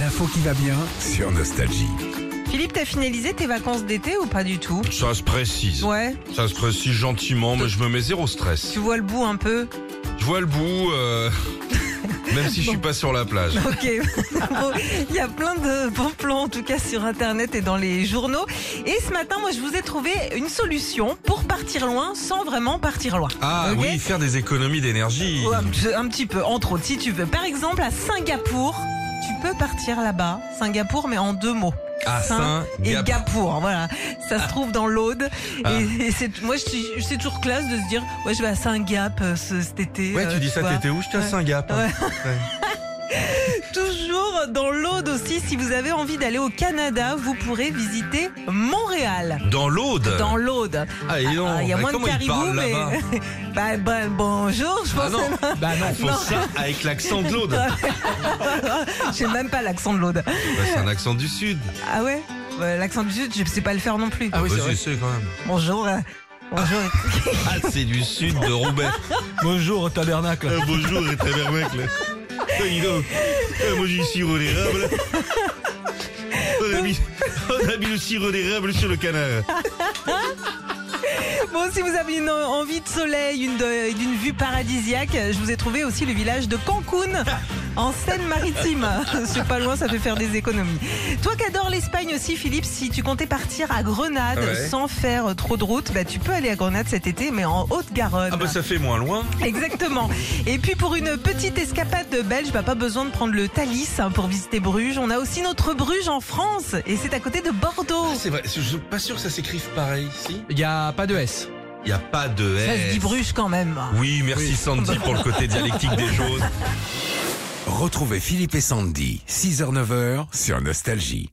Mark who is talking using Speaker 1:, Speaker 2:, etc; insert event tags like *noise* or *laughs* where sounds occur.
Speaker 1: L'info qui va bien.
Speaker 2: sur Nostalgie.
Speaker 3: Philippe, t'as finalisé tes vacances d'été ou pas du tout
Speaker 4: Ça se précise.
Speaker 3: Ouais,
Speaker 4: Ça se précise gentiment, mais je me mets zéro stress.
Speaker 3: tu vois le bout un peu.
Speaker 4: Je vois le bout, euh, *laughs* même si je suis pas sur la plage.
Speaker 3: Ok, *laughs* Bon, il y a plein de bons plans en tout cas sur internet et dans les journaux. Et ce matin, moi je vous ai trouvé une solution pour partir loin sans vraiment partir loin.
Speaker 4: *laughs* Ah
Speaker 3: Ok
Speaker 4: oui, faire des économies d'énergie.
Speaker 3: Ouais, un, petit- un petit peu, entre autres, si tu veux. Par exemple, à Singapour, tu peux partir là-bas. Singapour, mais en deux mots.
Speaker 4: Ah,
Speaker 3: Saint et
Speaker 4: Gap-
Speaker 3: Gapour, voilà. Ça se trouve dans l'Aude.
Speaker 4: Ah.
Speaker 3: Et, et c'est, moi, je suis- c'est toujours classe de se dire, ouais, je vais à Saint-Gap euh, ce- cet été.
Speaker 4: Ouais,
Speaker 3: euh,
Speaker 4: tu dis ça,
Speaker 3: vois.
Speaker 4: t'étais où Je à
Speaker 3: Ouais.
Speaker 4: Saint-Gap.
Speaker 3: Ouais. Toujours dans l'Aude aussi, si vous avez envie d'aller au Canada, vous pourrez visiter Montréal.
Speaker 4: Dans l'Aude
Speaker 3: Dans l'Aude.
Speaker 4: Ah, et Euh, non,
Speaker 3: Ah, Il y a
Speaker 4: mais
Speaker 3: moins de
Speaker 4: comment ils
Speaker 3: caribous,
Speaker 4: parlent
Speaker 3: mais.
Speaker 4: là-bas
Speaker 3: *laughs* bah, bah, bonjour, je pense.
Speaker 4: Ah non,
Speaker 1: Bah non.
Speaker 4: faut ça avec l'accent de l'Aude. Bah, Ah
Speaker 3: J'ai même pas l'accent de l'Aude.
Speaker 4: c'est un accent du Sud.
Speaker 3: Ah ouais Ouais, L'accent du Sud, je sais pas le faire non plus.
Speaker 1: Ah oui,
Speaker 4: Bah,
Speaker 1: c'est vrai.
Speaker 4: si, c'est quand même.
Speaker 3: Bonjour. euh, Bonjour.
Speaker 4: Ah, c'est du Sud de Roubaix.
Speaker 1: Bonjour au tabernacle.
Speaker 4: bonjour, et tabernacle. Dis donc, moi j'ai du sirop d'érable. On a, mis, le sirop d'érable sur le canard.
Speaker 3: Bon, si vous avez une euh, envie de soleil, une de- d'une vue paradisiaque, euh, je vous ai trouvé aussi le village
Speaker 4: *laughs*
Speaker 3: de Cancun. En Seine-Maritime, c'est pas loin, ça fait faire des économies. Toi qui adores l'Espagne aussi, Philippe, si tu comptais partir à Grenade
Speaker 4: Ouais.
Speaker 3: sans faire euh, trop de route, bah, tu peux aller à Grenade cet été, mais en Haute-Garonne.
Speaker 4: Ah bah ça fait moins loin.
Speaker 3: Exactement. Et puis pour une petite escapade de belge, bah, pas besoin de prendre le Thalys hein, pour visiter Bruges. On a aussi notre Bruges en France, et c'est à côté de Bordeaux.
Speaker 4: Ah, C'est vrai, je suis pas sûr que ça s'écrive pareil ici.
Speaker 1: Il y a pas de S.
Speaker 4: Il y a pas de
Speaker 3: Ça se
Speaker 4: S.
Speaker 3: dit Bruges quand même.
Speaker 4: Oui, merci Sandy pour le côté dialectique des choses.
Speaker 2: Retrouvez Philippe et Sandy, 6h-9h sur Nostalgie.